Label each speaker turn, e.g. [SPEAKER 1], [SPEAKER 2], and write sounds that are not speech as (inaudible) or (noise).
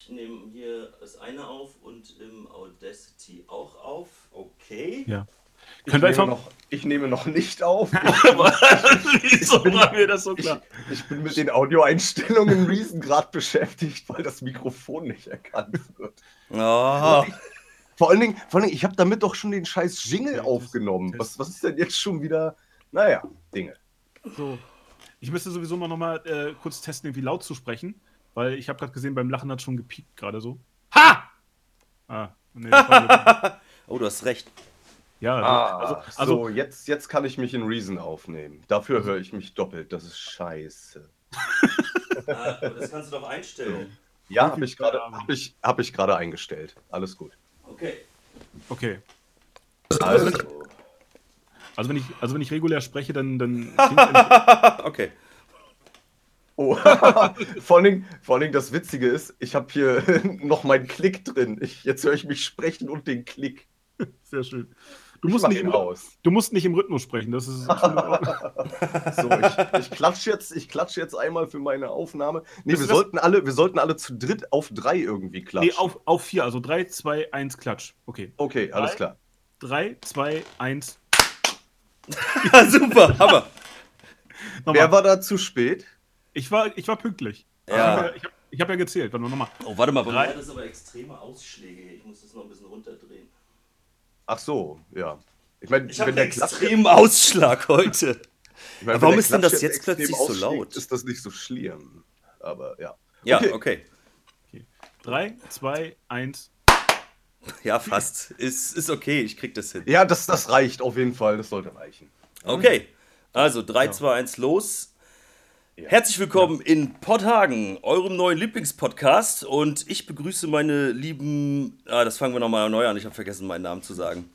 [SPEAKER 1] Ich nehme hier das eine auf und im Audacity auch auf. Okay.
[SPEAKER 2] Ja.
[SPEAKER 3] Ich,
[SPEAKER 2] Könnt ihr
[SPEAKER 3] nehme
[SPEAKER 2] einfach-
[SPEAKER 3] noch, ich nehme noch
[SPEAKER 2] (laughs)
[SPEAKER 3] nicht auf.
[SPEAKER 2] Wieso war mir das so
[SPEAKER 3] Ich,
[SPEAKER 2] klar?
[SPEAKER 3] ich bin mit den Audioeinstellungen riesengrad beschäftigt, weil das Mikrofon nicht erkannt wird.
[SPEAKER 1] Oh.
[SPEAKER 3] Vor allen Dingen, vor allen Dingen ich habe damit doch schon den scheiz Jingle aufgenommen. Was, was ist denn jetzt schon wieder? Naja, Dinge.
[SPEAKER 2] So. Ich müsste sowieso mal nochmal äh, kurz testen, irgendwie laut zu sprechen, weil ich habe gerade gesehen, beim Lachen hat schon gepiekt gerade so.
[SPEAKER 1] Ha!
[SPEAKER 2] Ah, nee, das war nur-
[SPEAKER 1] Oh, du hast recht.
[SPEAKER 2] ja, also,
[SPEAKER 3] Ah,
[SPEAKER 2] also
[SPEAKER 3] so, jetzt, jetzt kann ich mich in Reason aufnehmen. Dafür höre ich mich doppelt. Das ist scheiße.
[SPEAKER 1] Ah, aber das kannst du doch einstellen.
[SPEAKER 3] Ja, habe ich gerade hab ich, hab ich gerade eingestellt. Alles gut.
[SPEAKER 1] Okay.
[SPEAKER 2] okay.
[SPEAKER 3] Also,
[SPEAKER 2] Also wenn ich, also wenn ich regulär spreche, dann,
[SPEAKER 3] (laughs)
[SPEAKER 2] dann klingt
[SPEAKER 1] okay.
[SPEAKER 3] oh. (laughs) vor, allen Dingen, vor allen Dingen das Witzige ist, ich habe hier (laughs) noch meinen Klick drin. Ich, jetzt höre ich mich sprechen und den Klick.
[SPEAKER 2] sehr schön. Du
[SPEAKER 3] Ich
[SPEAKER 2] musst,
[SPEAKER 3] mach
[SPEAKER 2] nicht
[SPEAKER 3] ihn
[SPEAKER 2] im,
[SPEAKER 3] aus.
[SPEAKER 2] du musst nicht im Rhythmus sprechen, das
[SPEAKER 3] (laughs)
[SPEAKER 2] ist absolut in Ordnung.
[SPEAKER 3] So, ich, ich klatsche jetzt, ich klatsche jetzt einmal für meine Aufnahme. Nee,
[SPEAKER 2] Bist du
[SPEAKER 3] wir
[SPEAKER 2] das-
[SPEAKER 3] sollten, alle, wir sollten alle zu dritt auf drei irgendwie klatschen.
[SPEAKER 2] Nee, auf, auf vier, also 3, 2, 1, Klatsch. Okay.
[SPEAKER 3] okay, alles klar.
[SPEAKER 2] 3, 2, 1.
[SPEAKER 1] (laughs) Ja, Ah, super, Hammer.
[SPEAKER 3] Wer war da zu spät?
[SPEAKER 2] Ich war, ich war pünktlich.
[SPEAKER 1] Ja.
[SPEAKER 2] Ich habe ich hab ja gezählt. Warte mal, nochmal.
[SPEAKER 1] Oh, warte mal.
[SPEAKER 2] Drei.
[SPEAKER 1] Ja, das ist aber extreme Ausschläge hier. Ich muss das noch ein bisschen runterdrehen.
[SPEAKER 3] Ach so, ja. Ich meine,
[SPEAKER 1] Ich habe
[SPEAKER 3] wenn der
[SPEAKER 1] einen
[SPEAKER 3] Klatsch,
[SPEAKER 1] extremen Ausschlag heute.
[SPEAKER 3] ich mein, wenn
[SPEAKER 1] Warum
[SPEAKER 3] der
[SPEAKER 1] ist denn das
[SPEAKER 3] Klatsch
[SPEAKER 1] jetzt plötzlich
[SPEAKER 3] extrem
[SPEAKER 1] so
[SPEAKER 3] ausschlägt,
[SPEAKER 1] laut?
[SPEAKER 3] Ist das nicht so schlimm? Aber ja.
[SPEAKER 4] Ja,
[SPEAKER 3] Okay.
[SPEAKER 4] okay.
[SPEAKER 2] 3, 2, 1.
[SPEAKER 4] Ja, fast. Ist, ist okay, ich krieg das hin.
[SPEAKER 3] Ja, das, das reicht auf jeden Fall. Das sollte reichen.
[SPEAKER 4] Okay. Also 3, 2, 1, los. Herzlich willkommen in Podhagen, eurem neuen Lieblingspodcast. Und ich begrüße meine lieben. Ah, das fangen wir nochmal neu an. Ich habe vergessen, meinen Namen zu sagen.